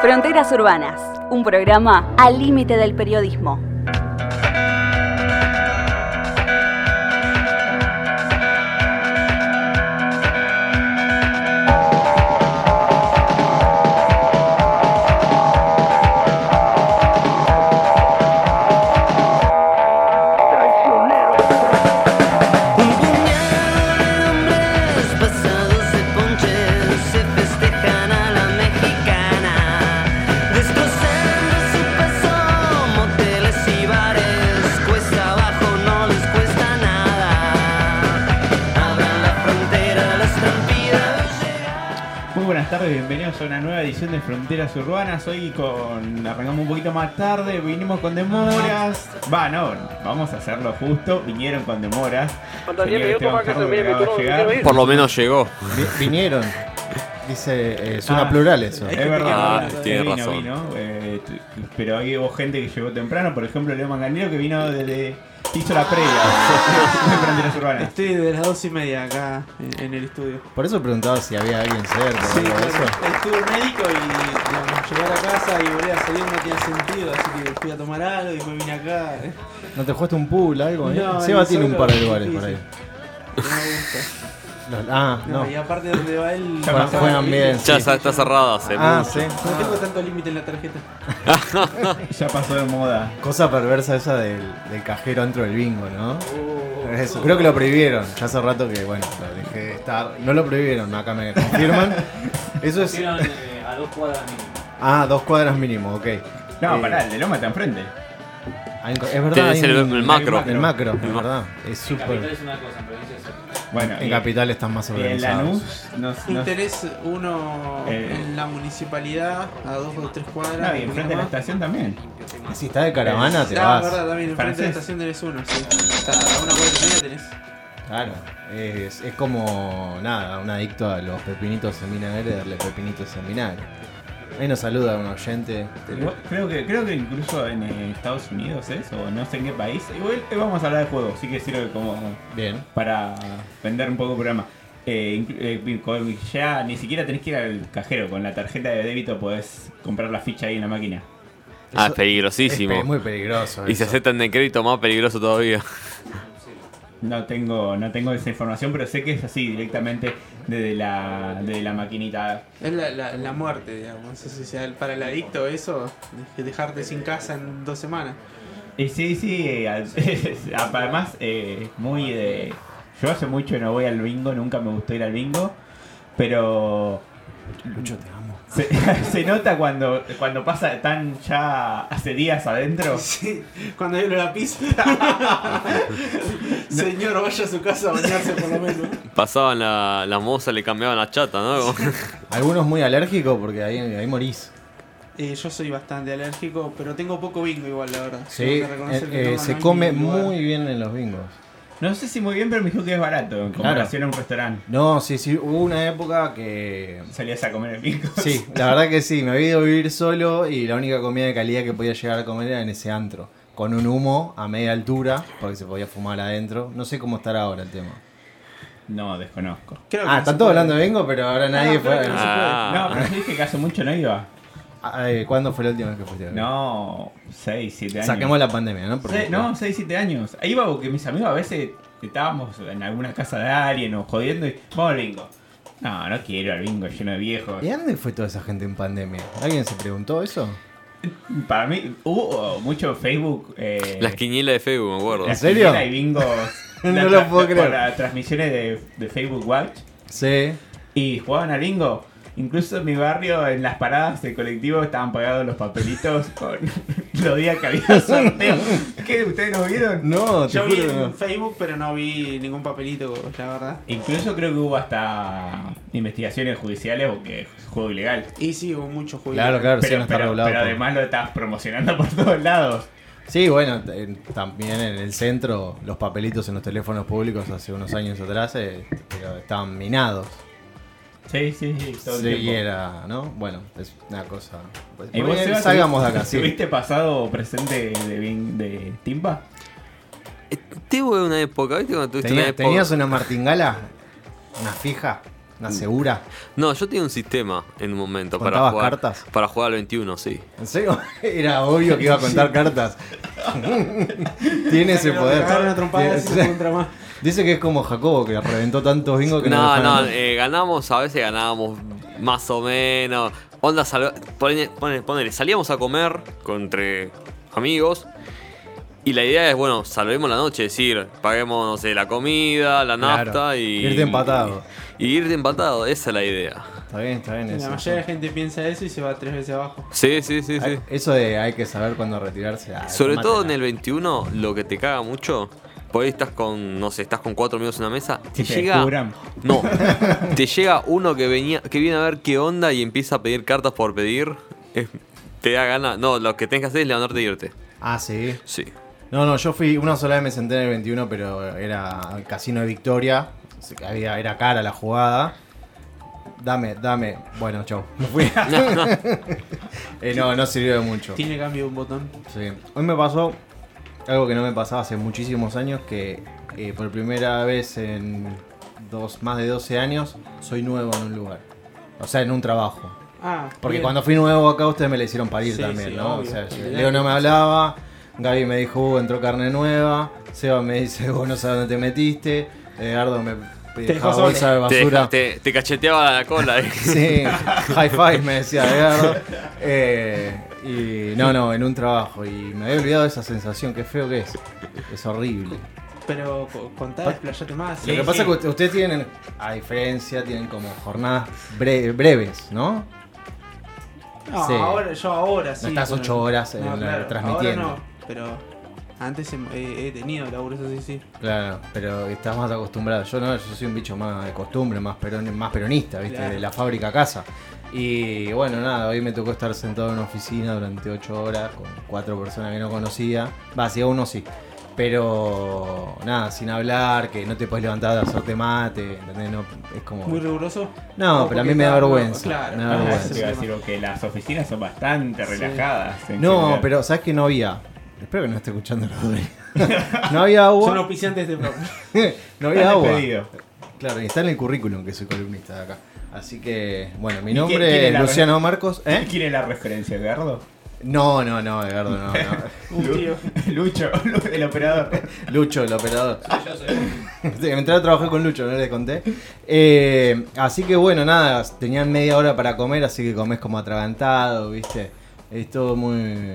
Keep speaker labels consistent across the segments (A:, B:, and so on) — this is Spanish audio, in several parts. A: Fronteras Urbanas, un programa al límite del periodismo.
B: Un puñado de hombres pasados de ponches se festejan a la mexicana, destrozando a su paso moteles y bares, cuesta abajo no les cuesta nada, abran la frontera, las trampidas.
C: Muy buenas tardes, bienvenidos a una nueva edición de Fronteras Urbanas. Hoy con arrancamos un poquito más tarde, vinimos con demoras. Va, no, vamos a hacerlo justo, vinieron con demoras.
D: Faltan
C: Señor
D: 10 minutos
C: Esteban
D: para que
C: Cardo,
D: termine mi
C: acaba de
D: turno,
C: llegar.
D: ¿qué
E: Por lo menos llegó.
F: Vi- vinieron. Dice, eh, suena
C: Ah.
F: plural eso.
C: Es verdad,
E: Ah, tiene
C: vino,
E: razón.
C: vino, eh, t- pero ahí hubo gente que llegó temprano, por ejemplo Leo Manganero que vino desde. hizo la previa de Fronteras Urbanas.
D: Estoy de las dos y media acá en, en el estudio.
F: Por eso preguntaba si había alguien cerca o
D: Sí,
F: algo de
D: claro,
F: eso.
D: estuve médico y digamos, llegar a casa y volver a salir no tenía sentido, así que fui a tomar algo y me vine acá. eh.
F: ¿No te jugaste un pool algo? eh?
D: No,
F: Seba
D: no,
F: tiene un
D: solo
F: par de lugares por ahí.
D: difícil. No me gusta.
F: Los- ah,
D: No,
F: no.
D: Y aparte donde va él...
C: Ya
F: Juegan, juegan bien.
E: Ya está, está cerrado hace
F: Ah,
E: mucho.
F: sí.
D: No tengo tanto límite en la tarjeta.
C: Ya pasó de moda.
F: Cosa perversa esa del, del cajero dentro del bingo, ¿no?
D: Oh.
F: Eso, creo que lo prohibieron. Ya hace rato que, bueno, lo dejé de estar. No lo prohibieron, acá me confirman. Eso es.
D: eh,
G: a dos cuadras mínimo.
F: Ah, dos cuadras mínimo, ok.
C: No,
F: Eh,
C: pará, el de Loma está enfrente.
F: hay un co- Es verdad.
E: Tenés
F: hay
E: el,
F: un-
E: el macro.
F: El macro,
E: El
F: es
E: ma-
F: verdad. Es súper.
G: es una cosa, en provincia es otra.
C: Bueno,
F: En
C: y-
F: Capital están más
C: y en
F: organizados.
C: Lanús nos, nos,
D: Interés uno
C: Eh.
D: en la municipalidad, a dos o tres cuadras.
C: no, y enfrente de la estación también.
F: Ah, Si está de caravana, te
D: Ah,
F: vas.
D: verdad, también enfrente de
C: Francés.
D: la estación tenés uno, sí. Está a una cuadra y media tenés.
F: Claro, es, es como nada, un adicto a los pepinitos en vinagre, darle pepinitos en vinagre. Ahí nos saluda un oyente.
C: Igual- Creo que, creo que incluso en eh, Estados Unidos es, o no sé en qué país. Igual hoy vamos a hablar de juegos, así que sirve como
F: Bien.
C: para vender un poco el programa. Eh, inclu- eh, con- ya ni siquiera tenés que ir al cajero, con la tarjeta de débito podés comprar la ficha ahí en la máquina.
E: Ah, es
F: Es pe-
E: peligrosísimo.
F: este, muy peligroso.
E: Y si
F: eso.
E: aceptan de crédito, más peligroso todavía.
C: No tengo, no tengo esa información, pero sé que es así directamente desde la, desde la maquinita.
D: Es la, la, la muerte, digamos. No sé si sea el- para el adicto eso, de- dejarte sin casa en dos semanas.
C: Y sí, sí, eh, al- además, eh, muy de. Yo hace mucho no voy al bingo, nunca me gustó ir al bingo, pero.
F: Lucho, te amo.
C: Se, se nota cuando, cuando pasa tan ya hace días adentro.
D: Sí, cuando hay olor a pizza. Señor, vaya a su casa a bañarse por lo menos.
E: Pasaban la, la moza, le cambiaban la chata, ¿no?
F: Algunos muy alérgicos porque ahí, ahí morís.
D: Eh, yo soy bastante alérgico, pero tengo poco bingo igual, la verdad.
F: Sí,
D: Tengo que reconocer que
F: eh,
D: no, no
F: se
D: es
F: come
D: mi lugar.
F: muy bien en los bingos.
C: No sé si muy bien, pero me dijo que es barato en comparación a un restaurante.
F: No, sí, sí, hubo una época que...
C: Salías a comer el bingo.
F: Sí, la verdad que sí, me había ido a vivir solo y la única comida de calidad que podía llegar a comer era en ese antro. Con un humo a media altura, porque se podía fumar adentro. No sé cómo estará ahora el tema.
C: No, desconozco.
D: Creo que
F: Ah,
D: no se
F: están
D: puede.
F: todos hablando de bingo, pero ahora nadie
D: creo
F: fue.
D: que no se
E: Ah,
C: No, pero yo dije que hace mucho no iba.
F: Ah, eh, ¿Cuándo fue la última vez que fuiste? a bingo?
C: No, 6, 7 años.
F: Saquemos la pandemia, ¿no? Porque-
C: Se- no, 6, 7 años. Ahí iba porque mis amigos a veces estábamos en alguna casa de alguien o jodiendo y vamos al bingo. No, no quiero ir al bingo lleno de viejos.
F: ¿Y a dónde fue toda esa gente en pandemia? ¿Alguien se preguntó eso?
C: Para mí hubo mucho Facebook. eh,
E: Las quinielas de Facebook, me acuerdo.
C: las
F: ¿En serio?
C: quinielas y bingos.
F: No
C: Las-
F: lo
C: las-
F: puedo
C: por
F: creer.
C: Las transmisiones de, de Facebook Watch.
F: Sí.
C: Y jugaban al bingo. Incluso en mi barrio, en las paradas del colectivo, estaban pagados los papelitos con los días que había sorteo. ¿Qué? ¿Ustedes no vieron?
F: No, te
D: Yo vi
F: juro que
D: en
F: no.
D: Facebook, pero no vi ningún papelito, la verdad.
C: Incluso creo que hubo hasta investigaciones judiciales porque es juego ilegal.
D: Y sí, hubo mucho juego.
F: Claro, claro, sí, no
C: Pero,
F: está
C: pero-
F: regulado.
C: pero
F: por-
C: además lo estabas promocionando por todos lados.
F: Sí, bueno, t- en- también en el centro, los papelitos en los teléfonos públicos hace unos años atrás eh, pero estaban minados.
C: Sí, sí, sí. todo el
F: Sí,
C: tiempo.
F: y era, ¿no? Bueno, es una cosa. pues,
C: ¿Y vos,
F: bien,
C: Seba,
F: salgamos de
C: tuviste-
F: acá, sí.
C: ¿Tuviste pasado o presente de, bin- de Timba?
E: Eh, Tuve una época, ¿viste? Cuando tuviste
F: Tenía-
E: una época.
F: ¿Tenías una martingala? ¿Una fija? ¿Una segura?
E: No, yo tenía un sistema en un momento para
F: ¿Contabas
E: jugar.
F: cartas?
E: Para jugar al 21, sí.
F: ¿En serio? Era obvio que iba a contar cartas. Tiene ese poder.
D: Cagaron a trompadas y
F: Sí.
D: no se encuentra más.
F: Dice que es como Jacobo, que reventó tantos bingos que
E: No,
F: le
E: no,
F: dejaron-
E: eh, ganamos, a veces ganábamos más o menos. Onda, sal- pone- pone- ponele, salíamos a comer con entre amigos. Y la idea es, bueno, salvemos la noche, es decir, paguemos, no sé, la comida, la
F: Claro,
E: nafta y.
F: irte empatado.
E: Y, y irte empatado, esa es la idea.
F: Está bien, está bien
D: La
F: eso.
D: mayoría de la gente piensa eso y se va tres veces abajo.
E: Sí, sí, sí, sí.
F: Hay- Eso de hay que saber cuándo retirarse. ah,
E: Sobre
F: tomátela.
E: todo en el 21, lo que te caga mucho, por ahí estás con, no sé, estás con cuatro amigos en una mesa,
C: Que
E: te
C: te
E: llega.
C: descubran.
E: No, te llega uno que venía, que viene a ver qué onda y empieza a pedir cartas por pedir. es- te da ganas. No, lo que tenés que hacer es levantarte y irte.
F: Ah, sí.
E: Sí.
F: No, no, yo fui una sola vez me senté en el 21, pero era el casino de Victoria. Así que había- era cara la jugada. Dame, dame. Bueno, chau. Me fui. Eh, no, no sirvió de mucho.
D: Tiene cambio un botón.
F: Sí. Hoy me pasó algo que no me pasaba hace muchísimos años, que eh, por primera vez en dos, más de 12 años soy nuevo en un lugar. O sea, en un trabajo.
D: Ah,
F: Porque
D: bien.
F: cuando fui nuevo acá ustedes me le hicieron parir
D: Sí,
F: también,
D: sí,
F: ¿no?
D: obvio.
F: O sea, yo-
D: Sí.
F: Leo no me hablaba, Gaby me dijo, "Uh, entró carne nueva, Seba me dice, vos no sabes dónde te metiste, Edgardo me
D: Te
F: dejaba
D: dejó
F: bolsa de
E: Te,
F: basura.
E: deja- te- te cacheteaba la cola. eh.
F: Sí, high five me decía Edgardo. Eh, y no, no, en un trabajo. Y me había olvidado de esa sensación, qué feo que es. Es horrible.
D: Pero co- contá, explayate más.
F: Lo que pasa es que ustedes tienen, a diferencia, tienen como jornadas bre- breves, ¿no?
D: No,
F: sí.
D: ahora, yo ahora sí.
F: estás
D: pero-
F: ocho horas en la- transmitiendo.
D: Ahora no, pero antes he, he- he tenido laburos así, sí.
F: Claro, pero estás más acostumbrado. Yo no, yo soy un bicho más de costumbre, más, peron- más peronista, ¿viste?
D: Claro.
F: De la fábrica a casa. Y bueno, nada, hoy me tocó estar sentado en una oficina durante ocho horas con cuatro personas que no conocía. Va, sí, a uno sí. Pero nada, sin hablar, que no te puedes levantar a hacerte mate, ¿entendés? No, es como.
D: Muy riguroso.
F: No,
D: O
F: pero a
D: porque
F: mí me da
D: está-
F: vergüenza,
D: Claro,
F: me da
D: claro,
C: Ah,
F: vergüenza.
D: ese
C: te
D: es
C: iba a
D: el
C: decir
D: tema.
C: que las oficinas son bastante
D: Sí.
C: relajadas. en
F: No,
C: general.
F: pero ¿sabes que no había? Espero que no esté escuchando la dueña. No había
D: Son
F: agua.
D: auspiciantes de programa.
C: Estás
F: No había agua.
C: despedido.
F: Claro, y está en el currículum que soy columnista de acá. Así que, bueno, mi
C: ¿Y quién-
F: nombre
C: quién es
F: es
C: la
F: Luciano Marcos. ¿Eh?
C: ¿Quién es la referencia, Edgardo?
F: No, no, no, Edgardo, no, no.
D: Un
C: Lu-
D: tío.
C: Lucho, el operador.
F: Lucho, el operador. Sí, Me entré a trabajar con Lucho, no le conté. Eh, así que, bueno, nada, tenían media hora para comer, así que comés como atragantado, ¿viste? Es todo muy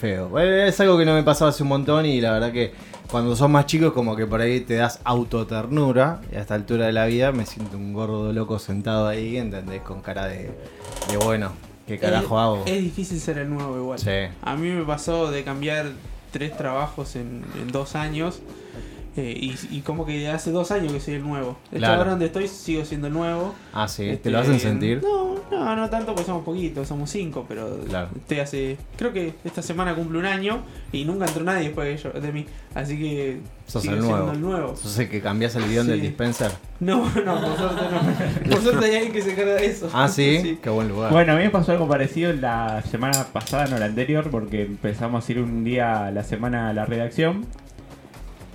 F: feo. Bueno, es algo que no me pasaba hace un montón y la verdad que cuando sos más chicos como que por ahí te das autoternura y a esta altura de la vida me siento un gordo loco sentado ahí, ¿entendés? Con cara de, de bueno, ¿qué carajo
D: Es-
F: hago?
D: Es difícil ser el nuevo igual.
F: Sí.
D: A mí me pasó de cambiar tres trabajos en, en dos años. eh, y, y como que hace dos años que soy el nuevo. De hecho,
F: Claro.
D: ahora donde estoy sigo siendo el nuevo.
F: Ah, sí,
D: Este,
F: ¿te lo hacen sentir?
D: No, no, no tanto porque somos poquitos, somos cinco, pero
F: Claro.
D: estoy hace. Creo que esta semana cumple un año y nunca entró nadie después de, yo- de mí. Así que
F: Sos
D: sigo
F: el
D: siendo
F: nuevo.
D: el nuevo.
F: Sos el que cambias el guión
D: Sí.
F: del dispenser.
D: No, no, por suerte no. Por suerte hay alguien que se encarga de eso.
F: Ah, sí, qué buen lugar.
C: Bueno, a mí me pasó algo parecido la semana pasada, no la anterior, porque empezamos a ir un día a la semana a la redacción.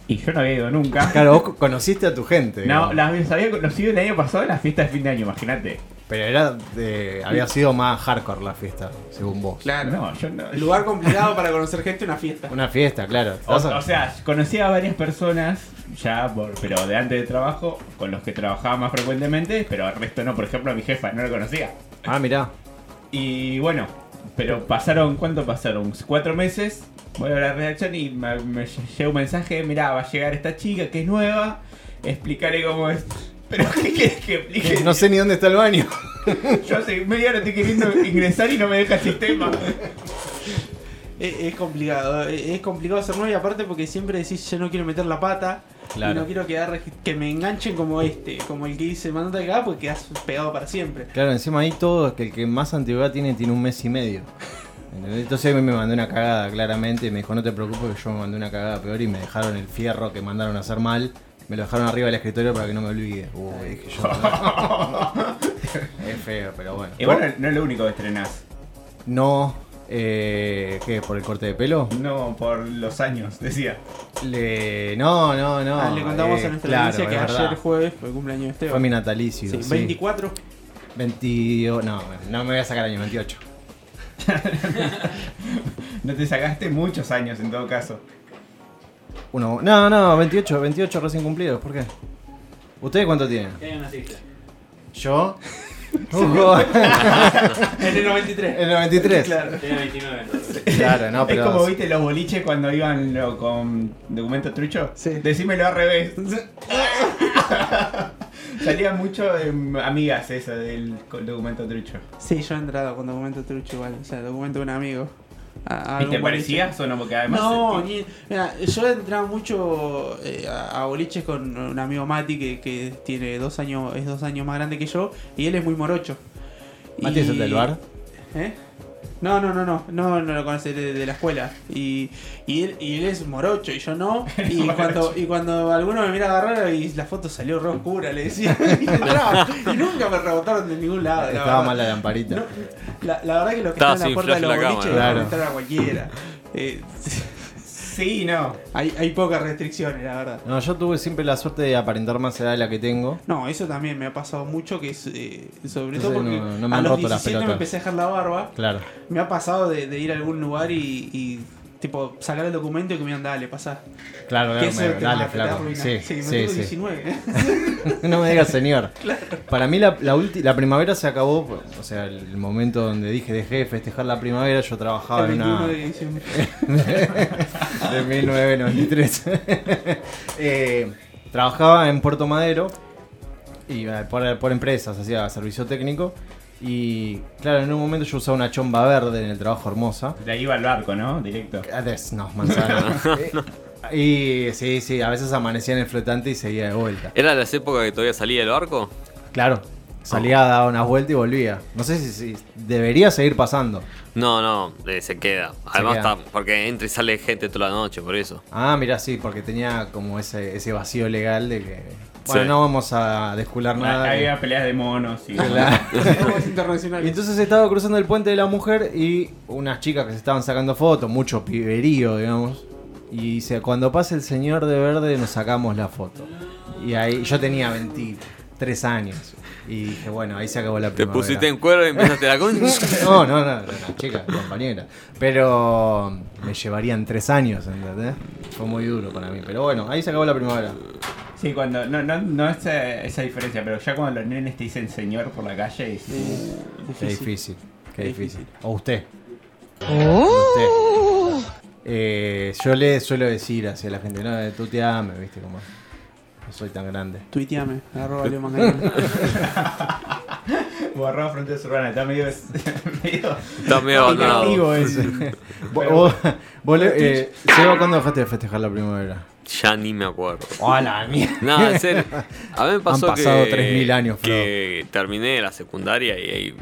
C: Y yo no había ido nunca.
F: Claro, vos co- conociste a tu gente.
C: No,
F: digamos.
C: las había conocido el año pasado en la fiesta de fin de año, imagínate.
F: Pero era de- había sido más hardcore la fiesta, según vos.
D: Claro.
C: No, yo no.
D: Lugar complicado para conocer gente, una fiesta.
F: Una fiesta, claro.
C: O, o sea, conocía a varias personas, ya, por- pero de antes de trabajo, con los que trabajaba más frecuentemente, pero al resto no, por ejemplo, a mi jefa no la conocía.
F: ah, mirá.
C: Y bueno, pero pasaron, ¿cuánto pasaron? Cuatro meses. Bueno, la redacción y me, me llega un mensaje, mirá, va a llegar esta chica que es nueva, explicaré cómo es. Pero ¿qué quieres que explique?
F: Eh, No sé ni dónde está el baño.
C: Yo hace media hora estoy queriendo ingresar y no me deja el sistema.
D: Es, es complicado, es, es complicado ser nuevo y aparte porque siempre decís yo no quiero meter la pata.
F: Claro.
D: Y no quiero quedar regi- que me enganchen como este, como el que dice mandate acá porque quedas pegado para siempre.
F: Claro, encima ahí todo, que el que más antigüedad tiene tiene un mes y medio. ¿Entendés? Entonces a mí me mandó una cagada, claramente. y Me dijo, no te preocupes, que yo me mandé una cagada peor y me dejaron el fierro que mandaron a hacer mal. Me lo dejaron arriba del escritorio para que no me olvide. Uy, dije yo. es feo, pero bueno.
C: Y bueno, no es lo único que estrenás.
F: No, Eh, ¿Qué? ¿Por el corte de pelo?
C: No, por los años, decía.
F: Le... No, no, no.
D: Ah, le contamos
F: eh,
D: a nuestra
F: claro,
D: audiencia que
F: es
D: ayer
F: verdad.
D: jueves fue el cumpleaños de Esteban.
F: Fue mi natalicio.
D: Sí,
F: sí.
D: 24.
F: 22. No, no me voy a sacar año 28.
C: No te sacaste muchos años en todo caso.
F: Uno, no, no, 28, 28 recién cumplidos. ¿Por qué? ¿Ustedes cuánto tienen?
G: ¿Qué año naciste?
F: Yo. Ujú.
D: En el 93.
F: el 93. Claro,
G: Tiene 29 entonces.
F: no, pero.
C: es como viste los boliches cuando iban lo- con documento trucho.
D: Sí.
C: Decímelo al revés. Salía mucho em, amigas eso del co- documento trucho.
D: Sí, yo he entrado con documento trucho igual. O sea, documento de un amigo. A-
C: ¿Y te
D: a Ah, algún boliche.
C: parecías o no? Porque además. eh,
D: No, ni- mira, yo he entrado mucho eh, a, a boliches con un amigo Mati que, que tiene dos años, es dos años más grande que yo y él es muy morocho.
F: Mati es el
D: Y-
F: del bar.
D: ¿Eh? No, no, no, no, no, no lo conocí de, de la escuela. Y, y, él, y él es morocho y yo no. Y cuando, y cuando alguno me mira agarrar y la foto salió re oscura, le decía. Y, entraba. Y nunca me rebotaron de ningún lado. la
F: Estaba
D: verdad.
F: mal la lamparita.
D: No, la, la verdad que los que
E: Estaba
D: están en
E: sin
D: la puerta de
E: flash
D: los
E: la
D: boliches
E: cámara.
D: van
F: Claro.
D: a entrar a cualquiera. Eh,
C: Sí, no.
D: hay, hay pocas restricciones, la verdad.
F: No, yo tuve siempre la suerte de aparentar más edad de la que tengo.
D: No, eso también me ha pasado mucho, que es, eh, sobre
F: Entonces
D: todo porque
F: no- no me
D: a
F: han
D: los
F: roto las
D: 17 me
F: pelotas.
D: empecé a dejar la barba.
F: Claro.
D: Me ha pasado de, de ir a algún lugar y, y, tipo sacar el documento y que me digan, dale, pasá.
F: Claro,
D: Que
F: claro.
D: eso
F: me-
D: te mata,
F: dale,
D: te
F: flaco.
D: arruina.
F: Sí, sí,
D: sí, me
F: sí.
D: tengo 19.
F: No me digas señor. Para mí la, la, ulti- la primavera se acabó, o sea, el momento donde dije dejé de festejar la primavera, yo trabajaba
D: el
F: en una...
D: 21 de diciembre.
F: de 1993. Eh, trabajaba en Puerto Madero y eh, por, por empresas, hacía servicio técnico. Y claro, en un momento yo usaba una chomba verde en el trabajo hermosa.
C: De ahí iba al barco, ¿no? Directo.
F: Ah, des- No, manzana. Eh, y sí, sí, a veces amanecía en el flotante y seguía de vuelta.
E: ¿Era de las épocas que todavía salía del barco?
F: Claro, salía, daba unas vueltas y volvía. No sé si, si debería seguir pasando.
E: No, no, eh, se queda. Además,
F: queda.
E: está- porque entra y sale gente toda la noche, por eso.
F: Ah, mira, sí, porque tenía como ese, ese vacío legal de que. Bueno,
E: Sí.
F: no vamos a descular nada.
C: Ah, Había peleas de monos y.
F: Claro.
D: Somos
F: Y
D: internacionales.
F: entonces estaba cruzando el puente de la mujer y unas chicas que se estaban sacando fotos, mucho piberío, digamos. Y dice, cuando pase el señor de verde nos sacamos la foto. Y ahí yo tenía 23 años. Y dije, bueno, ahí se acabó la
E: Te
F: primavera.
E: pusiste en cuero y empezaste la concha.
F: No, no, no, no, chica, compañera. Pero um, me llevarían tres años, ¿entendés? Fue muy duro para mí. Pero bueno, ahí se acabó la primavera.
C: Sí, cuando. No, no, no esa, esa diferencia, pero ya cuando los nenes te dicen señor por la calle. es-
F: Qué difícil, qué
D: Qué
F: difícil.
D: difícil.
F: O usted. O usted. Eh, yo le suelo decir hacia la gente, no, eh, tú te ames, viste, como no soy tan grande.
D: eh, Tuiteame, arroba Leo Manganiello.
C: Borrado Fronteras Urbanas, está medio. medio
E: Está medio abandonado.
F: Negativo ese. vos, vos- vos le- eh, Seba, ¿cuándo dejaste de festejar la primavera?
E: Ya ni me acuerdo.
F: ¡Hola, mierda!
E: No, en serio. A mí me pasó
F: Han pasado
E: que,
F: 3.000 años, Frodo.
E: que terminé la secundaria y ahí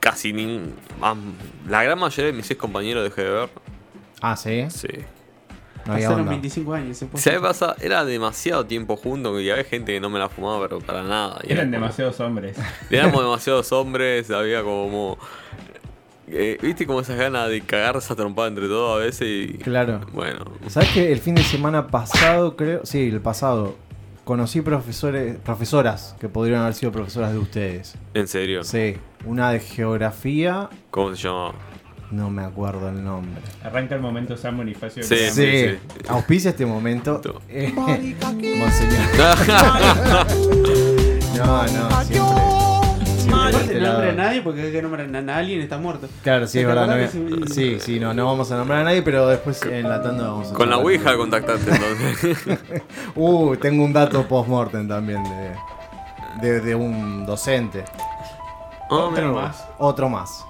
E: casi ningún... am- La gran mayoría de mis ex compañeros dejé de ver.
F: Ah, ¿sí?
E: Sí.
F: No había
D: Pasaron
F: onda.
D: 25 años. se puso.
E: Se me pasa, era demasiado tiempo juntos y había gente que no me la fumaba, pero para nada. Y era
C: Eran
E: como-
C: demasiados hombres.
E: Éramos demasiados hombres, había como... eh, ¿Viste como esas ganas de cagar esa trompada entre todos a veces? Y,
F: Claro.
E: Bueno,
F: ¿Sabes que el fin de semana pasado, creo? Sí, el pasado. Conocí profesores, profesoras que podrían haber sido profesoras de ustedes.
E: en serio.
F: Sí, una de geografía,
E: ¿Cómo se llamaba?
F: no me acuerdo el nombre.
C: Arranca el momento San Bonifacio.
E: Sí.
C: Graham.
F: Sí,
E: sí.
F: auspicia este momento.
E: Tú.
F: Eh, Monseñor. No, no, siempre. siempre de
D: Aparte,
F: este
D: no
F: lado.
D: nombra a nadie porque hay que nombrar a alguien, está muerto.
F: Claro, sí,
D: ¿Te
F: es verdad.
D: acordás
F: no
D: que
F: voy a-
D: se-
F: Sí, sí, no, no vamos a nombrar a nadie, pero después en la tanda vamos a
E: Con la
F: nombrar.
E: Ouija contactaste entonces.
F: Uh, tengo un dato post-mortem también de, de, de un docente.
E: Ah, mira.
C: Otro más.
F: Otro más.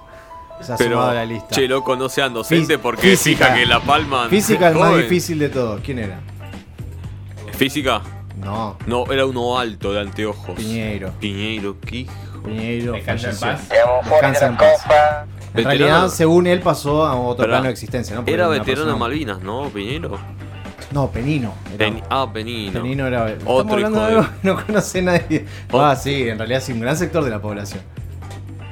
F: Se ha
E: Pero,
F: sumado a la lista.
E: che, loco, no sean docentes
F: Fis-
E: porque es
F: física.
E: fija que La Palma...
F: Física, el más
E: Joven.
F: difícil de todos. ¿Quién era?
E: ¿Física?
F: No,
E: No, era uno alto de anteojos.
F: Piñeiro.
E: Piñeiro, ¿qué hijo?
F: Piñeiro
C: Descansa en
F: falleció.
C: paz.
F: Descansa en paz. En
E: Veterano.
F: realidad, según él, pasó a otro
E: Pará.
F: plano de existencia. ¿no? Porque
E: Era
F: una
E: veterano de
F: persona-
E: Malvinas, ¿no? Piñeiro.
F: No, Penino. era.
E: Peni- ah, Penino.
F: Penino era. Estamos
E: Otro
F: hablando
E: hijo
F: de
E: de-
F: algo que No conoce nadie.
E: Ot-
F: Ah, sí, en realidad sí, un gran sector de la población.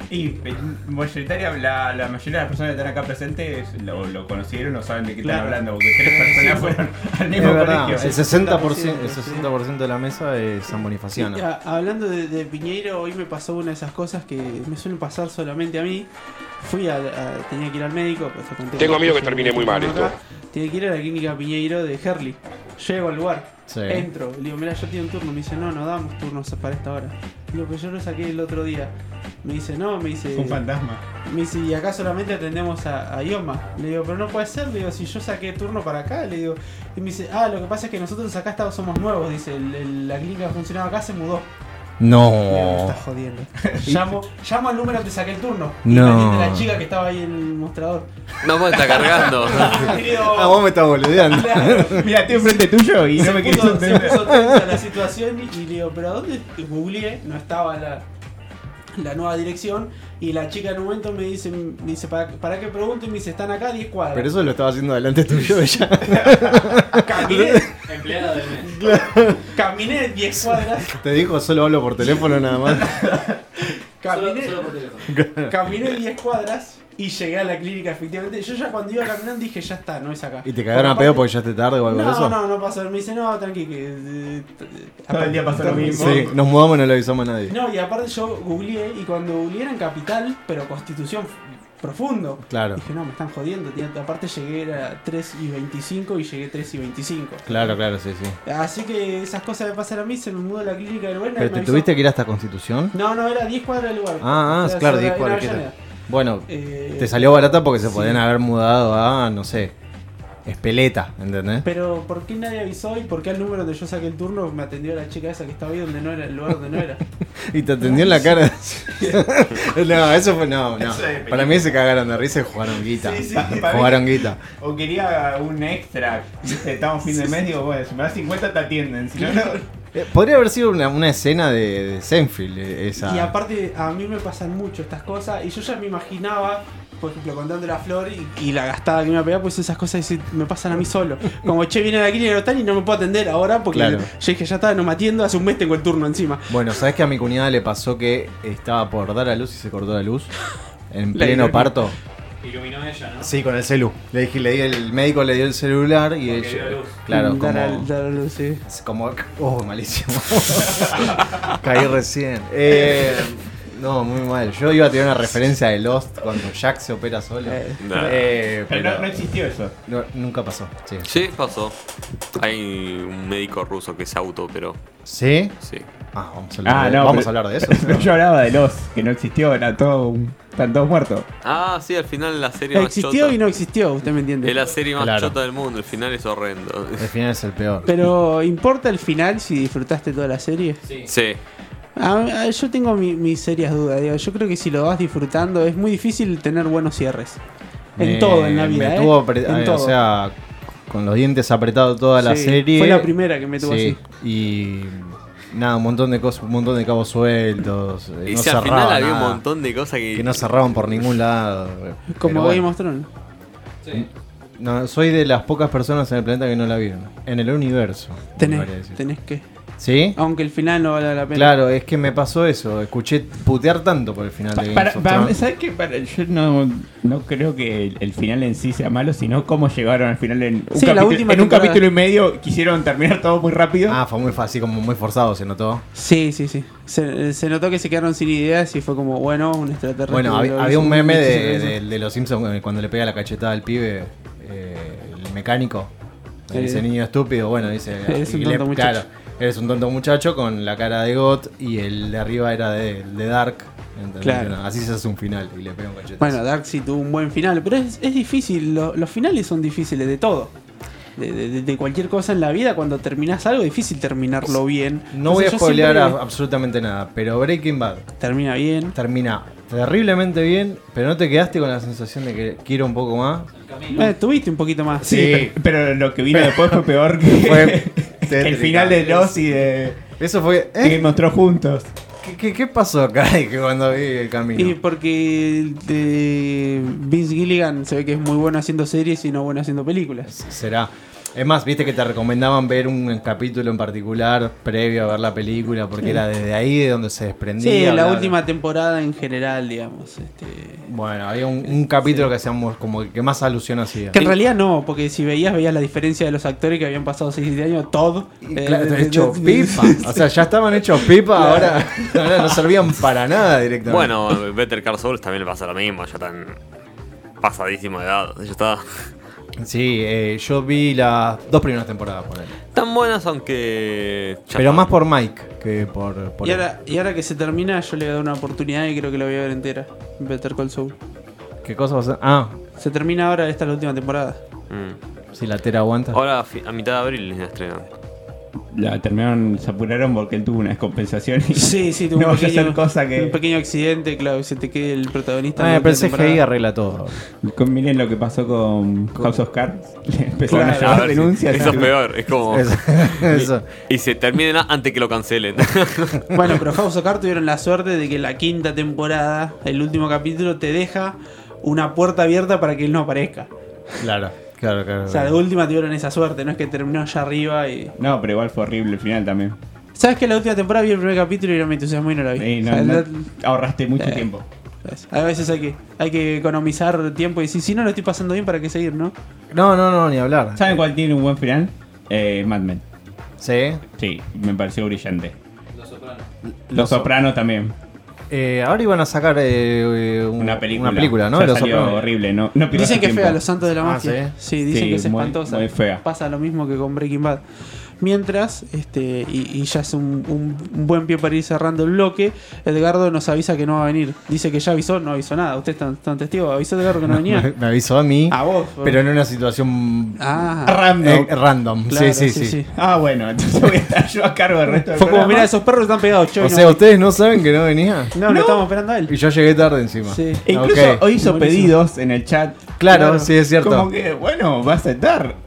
C: Y eh, mayoritaria, la, la mayoría de las personas que están acá presentes lo, lo conocieron, no saben de qué están
D: Claro.
C: hablando, porque tres personas fueron al
F: Es
C: mismo
F: verdad, el
C: colegio.
F: 60%, el
D: 60%
F: 60% de la mesa es San
D: Sí,
F: Bonifaciana.
D: a- Ah, hablando de, de Piñeiro, hoy me pasó una de esas cosas que me suelen pasar solamente a mí. Fui a, a- tenía que ir al médico. pues, te conté.
H: Tengo miedo que termine muy mal esto.
D: Tenía que ir a la clínica Piñeiro de Herley. Llego al lugar,
F: Sí.
D: entro, le digo, mira, yo tengo un turno. Me dice, no, no damos turnos para esta hora. Le digo, pero yo lo saqué el otro día. Me dice, no, me dice.
C: Fue un fantasma.
D: Me dice, y acá solamente atendemos a, a Ioma. Le digo, pero no puede ser, le digo, si yo saqué turno para acá, le digo. Y me dice, ah, lo que pasa es que nosotros acá estamos, somos nuevos, dice, el- el- la clínica que funcionaba acá se mudó. Le digo, me
F: No.
D: estás jodiendo. llamo, llamo al número que saqué el turno.
F: No.
D: Y la chica que estaba ahí en el mostrador.
E: No, vos está cargando.
D: Le digo,
F: Ah, vos me estás boludeando.
D: claro.
C: Mira, estoy enfrente tuyo y no me
D: Se
C: quieres
D: puso, se
C: entender.
D: puso tensa la situación y, y le digo, pero ¿a dónde? Y Googleé, no estaba la, la nueva dirección. Y la chica en un momento me dice, me dice ¿para, para qué pregunto? Y me dice, están acá 10 cuadras.
F: Pero eso lo estaba haciendo delante tuyo ella.
D: Caminé,
G: Empleada del mes.
D: caminé 10 cuadras.
F: Te dijo, solo hablo por teléfono nada más.
G: Solo,
D: Caminé,
G: solo por teléfono.
D: caminé 10 cuadras y llegué a la clínica, efectivamente. Yo ya cuando iba caminando dije, ya está, no es acá.
F: ¿Y te cagaron a pedo porque ya esté tarde o algo de
D: No,
F: eso?
D: no, no pasó. Me dice, no, tranqui, que. eh, t-
C: Todo el día pasa lo mismo.
F: Sí, nos mudamos y no le avisamos a nadie.
D: No, y aparte yo googleé y cuando googleé era en Capital, pero Constitución f- profundo.
F: Claro,
D: Dije, no, me están jodiendo. tío. Aparte llegué a 3 y 25 y llegué 3 y 25.
F: claro, claro, sí, sí.
D: Así que esas cosas me pasan a mí, se me mudó la clínica del Buena. y
F: ¿Pero
D: me
F: te
D: avisó-
F: tuviste que ir hasta Constitución?
D: No, no, era 10 cuadras del lugar.
F: Ah, ah,
D: Era
F: claro,
D: sobre-
F: 10
D: en
F: cuadras. que te-
D: Avellaneda.
F: Bueno,
D: Eh,
F: te salió barata porque se
D: sí.
F: podían haber mudado a, no sé, Espeleta, ¿entendés?
D: Pero ¿por qué nadie avisó y por qué al número donde yo saqué el turno me atendió la chica esa que estaba ahí donde no era, el lugar donde no era?
F: Y te atendió en la cara. no, eso fue, no, no.
C: Eso es
F: Para mí se cagaron de risa y jugaron guita.
C: Sí, sí, para mí-
F: Jugaron guita.
C: O quería un extra. Viste, estamos fin de mes, digo, bueno, si me das 50 te atienden. Si no, no.
F: Eh, Podría haber sido una, una escena de, de Seinfeld, eh, esa.
D: Y aparte, a mí me pasan mucho estas cosas. Y yo ya me imaginaba, por ejemplo, contando la flor y, y la gastada que me va a pegar, pues esas cosas que se- me pasan a mí solo. Como che, viene la clínica y tal y no me puedo atender ahora porque
F: Claro.
D: yo dije, ya está, no me atiendo. Hace un mes tengo el turno encima.
F: Bueno, ¿sabes que a mi cuñada le pasó que estaba por dar a luz y se cortó la luz? En
D: La
F: pleno
D: ironía.
F: parto.
G: Iluminó ella, ¿no?
F: Sí, con el celu. Le dije, le di el médico le dio el celular y
G: Porque
F: ella-
G: dio luz.
F: Claro, como.
D: Dar al- dar a luz, sí.
F: Es como. Oh, malísimo. Caí recién. Eh, no, muy mal. Yo iba a tener una referencia de Lost cuando Jack se opera solo.
D: Eh,
E: Nah.
F: Eh,
C: Pero no, no
F: pero
C: existió eso.
F: no- nunca pasó. Sí.
E: Sí, pasó. Hay un médico ruso que es auto, pero
F: ¿Sí?
E: sí.
F: Ah, vamos a hablar, de, vamos a hablar de eso.
C: yo hablaba de los que no existió, era todo un- están todos muertos.
E: Ah, sí, al final la serie más
D: existió
E: chota.
D: y no existió, usted me
E: Es la
D: entiende.
E: serie más
F: Claro.
E: chota del mundo, el final es horrendo.
F: El final es el peor.
D: Pero ¿importa el final si disfrutaste toda la serie?
G: Sí.
E: Sí,
D: A- a- yo tengo mi- mis serias dudas, digo, yo creo que si lo vas disfrutando es muy difícil tener buenos cierres. En
F: Me-
D: todo, en la vida.
F: Me
D: ¿eh?
F: tuvo apre-
D: En
F: eh,
D: todo.
F: O sea, con los dientes apretados toda la
D: Sí,
F: serie.
D: Fue la primera que me tuvo
F: Sí, y nada, un montón de cosas, un montón de cabos sueltos. eh,
E: y
F: no
E: si al
F: cerraba
E: final había un
F: nada,
E: montón de cosas que,
F: que no cerraban por ningún lado. eh.
D: así.
F: Pero
D: Como
F: bueno,
D: Game of Thrones.
G: Sí.
F: no, soy de las pocas personas en el planeta que no la vieron. En el universo. me parece
D: Tenés,
F: decir.
D: tenés Ah, que.
F: ¿Sí?
D: Aunque el final no vale la pena.
F: Claro, es que me pasó eso. Escuché putear tanto por el final de Game
C: Para,
F: of
C: para-
F: Thrones.
C: ¿Sabes qué? Para- yo no, no creo que el, el final en sí sea malo, sino cómo llegaron al final en un,
D: Sí, la
C: capítulo,
D: última
C: en un
D: temporada.
C: capítulo y medio. Quisieron terminar todo muy rápido.
F: Ah, fue muy fácil, como muy forzado, se notó.
D: Sí, sí, sí. Se, se notó que se quedaron sin ideas y fue como, bueno, un extraterrestre.
F: Bueno,
D: lo
F: había,
D: hizo,
F: había un meme
D: bicho
F: de,
D: se lo
F: de-
D: hizo.
F: de los Simpsons eh, cuando le pega la cachetada al pibe, eh, el mecánico. Le
D: Eh.
F: dice niño estúpido, bueno, dice.
D: Eres un
F: y le-
D: tonto muchacho.
F: Claro, eres un tonto muchacho con la cara de Got y el de arriba era de, el de Dark. ¿entendés?
D: Claro.
F: Así se hace un final y le pega un cachetazo.
D: Bueno, Dark sí tuvo un buen final, pero es, es difícil. lo- los finales son difíciles de todo. De, de- de cualquier cosa en la vida, cuando terminás algo, es difícil terminarlo bien.
F: no
D: Entonces,
F: voy a
D: yo
F: spoilear
D: siempre-
F: a- absolutamente nada, pero Breaking Bad
D: Termina bien.
F: termina terriblemente bien, pero no te quedaste con la sensación de que quiero un poco más.
D: Eh, tuviste un poquito más.
F: sí.
C: Pero, pero lo que vino después fue peor que,
F: Fue
C: que el
F: tétrica.
C: final de Los y de
F: Eso fue.
C: que
F: ¿eh?
C: mostró juntos.
F: ¿Qué, qué, qué pasó acá? Que cuando vi el camino.
D: Y porque eh, Vince Gilligan se ve que es muy bueno haciendo series y no bueno haciendo películas.
F: Será. Es más, viste que te recomendaban ver un capítulo en particular previo a ver la película, porque era desde ahí de donde se desprendía.
D: Sí,
F: bla,
D: la
F: bla.
D: última temporada en general, digamos. Este...
F: Bueno, había un, un capítulo que hacíamos como que más alusión hacía.
D: Que en realidad no, porque si veías, veías la diferencia de los actores que habían pasado 6 años, Todd.
F: Y
D: eh,
F: claro,
D: de- de-
F: hechos
D: de-
F: pipa. O sea, ya estaban hechos pipa, ahora, ahora no servían para nada directamente.
E: Bueno, Better Call Saul también le pasa lo mismo, ya tan pasadísimo de edad. Ya está.
F: Sí, eh, yo vi las dos primeras temporadas, ponele.
E: Tan buenas aunque. ya
F: Pero
E: está.
F: más por Mike que por. por
D: Y
F: él.
D: ahora, y ahora que se termina, yo le voy a dar una oportunidad y creo que la voy a ver entera. Better Call Saul.
F: ¿Qué cosa va a ser? Ah,
D: Se termina ahora, esta es la última temporada.
E: Mm.
F: si la tera aguanta.
E: Ahora a fi- a mitad de abril la estrenan.
C: La terminaron, se apuraron porque él tuvo una descompensación. y-
D: Sí, sí, tuvo
C: no
D: un,
C: vaya a
D: pequeño,
C: ser cosa que.
D: un pequeño accidente, claro, que se te quede el protagonista.
F: Ah,
D: en la
F: el
D: última
F: PCGI
D: temporada.
F: arregla todo.
C: Con, miren lo que pasó con House of Cards. Le empezaron
D: Claro.
C: a
E: A
C: llevar
E: ver,
C: denuncias.
E: Eso es peor, es como.
F: Eso. eso.
E: Y se terminen antes que lo cancelen.
D: Bueno, pero House of Cards tuvieron la suerte de que la quinta temporada, el último capítulo, te deja una puerta abierta para que él no aparezca.
F: Claro, claro, claro.
D: O sea, de última tuvieron esa suerte, no es que terminó allá arriba y.
C: No, pero igual fue horrible el final también.
D: ¿Sabes que la última temporada vi el primer capítulo y no me entusiasmó y no la vi?
C: Sí,
D: O
C: no,
D: sea,
C: no-
D: la-
C: ahorraste mucho
D: Eh.
C: tiempo.
D: A veces hay que, hay que economizar tiempo y decir, si no lo estoy pasando bien, ¿para qué seguir, no?
F: No, no, no, ni hablar.
C: Ah, ¿Saben cuál tiene un buen final? Eh, Mad Men.
F: Sí.
C: Sí, me pareció brillante.
G: Los Sopranos.
C: Los Soprano también.
F: Eh, ahora iban a sacar eh, eh, un-
C: Una película.
F: ¿no?
C: Ya
F: Los
C: salió
F: Sopranos.
C: horrible, ¿no? no pierdas
D: Dicen
C: tu
D: que es
C: tiempo.
D: fea Los Santos de la
F: Ah,
D: Mafia. sí. dicen
C: Sí,
D: que es
C: muy-
D: espantosa.
C: muy fea.
D: Pasa lo mismo que con Breaking Bad. Mientras, este, y, y ya es un, un- un buen pie para ir cerrando el bloque, Edgardo nos avisa que no va a venir. Dice que ya avisó, no avisó nada. Ustedes están, están testigos, avisó Edgardo que no
F: Me,
D: venía.
F: me avisó a mí,
D: A vos.
F: pero en una situación
D: Ah,
C: Random.
F: eh, random.
D: claro,
F: sí, sí, sí.
C: Ah, bueno, entonces voy a estar yo a cargo del resto del
D: Fue como, mira,
C: programa.
D: esos perros están pegados, che,
F: O
D: hoy no
F: sea,
D: voy".
F: ustedes no saben que no venía.
D: No, lo estamos esperando a
F: Y
D: él.
F: yo llegué tarde encima.
D: Sí.
C: E incluso
F: Ok.
C: hoy hizo
D: Buenísimo.
C: pedidos en el chat.
F: Claro, sí, es cierto.
C: Como que, bueno, vas a estar.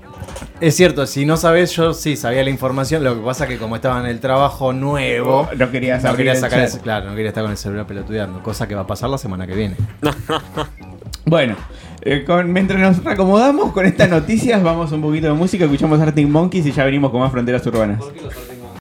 F: Es cierto, si no sabes, yo sí sabía la información. Lo que pasa que como estaba en el trabajo nuevo,
C: No querías
F: no
C: abrir
F: quería
C: el
F: sacar
C: chat.
F: ese- claro, no quería estar con el celular pelotudeando, cosa que va a pasar la semana que viene.
C: Bueno, eh, con- mientras nos reacomodamos con estas noticias, vamos un poquito de música, escuchamos Arctic Monkeys y ya venimos con más fronteras urbanas.
G: ¿Por qué los Sopranos?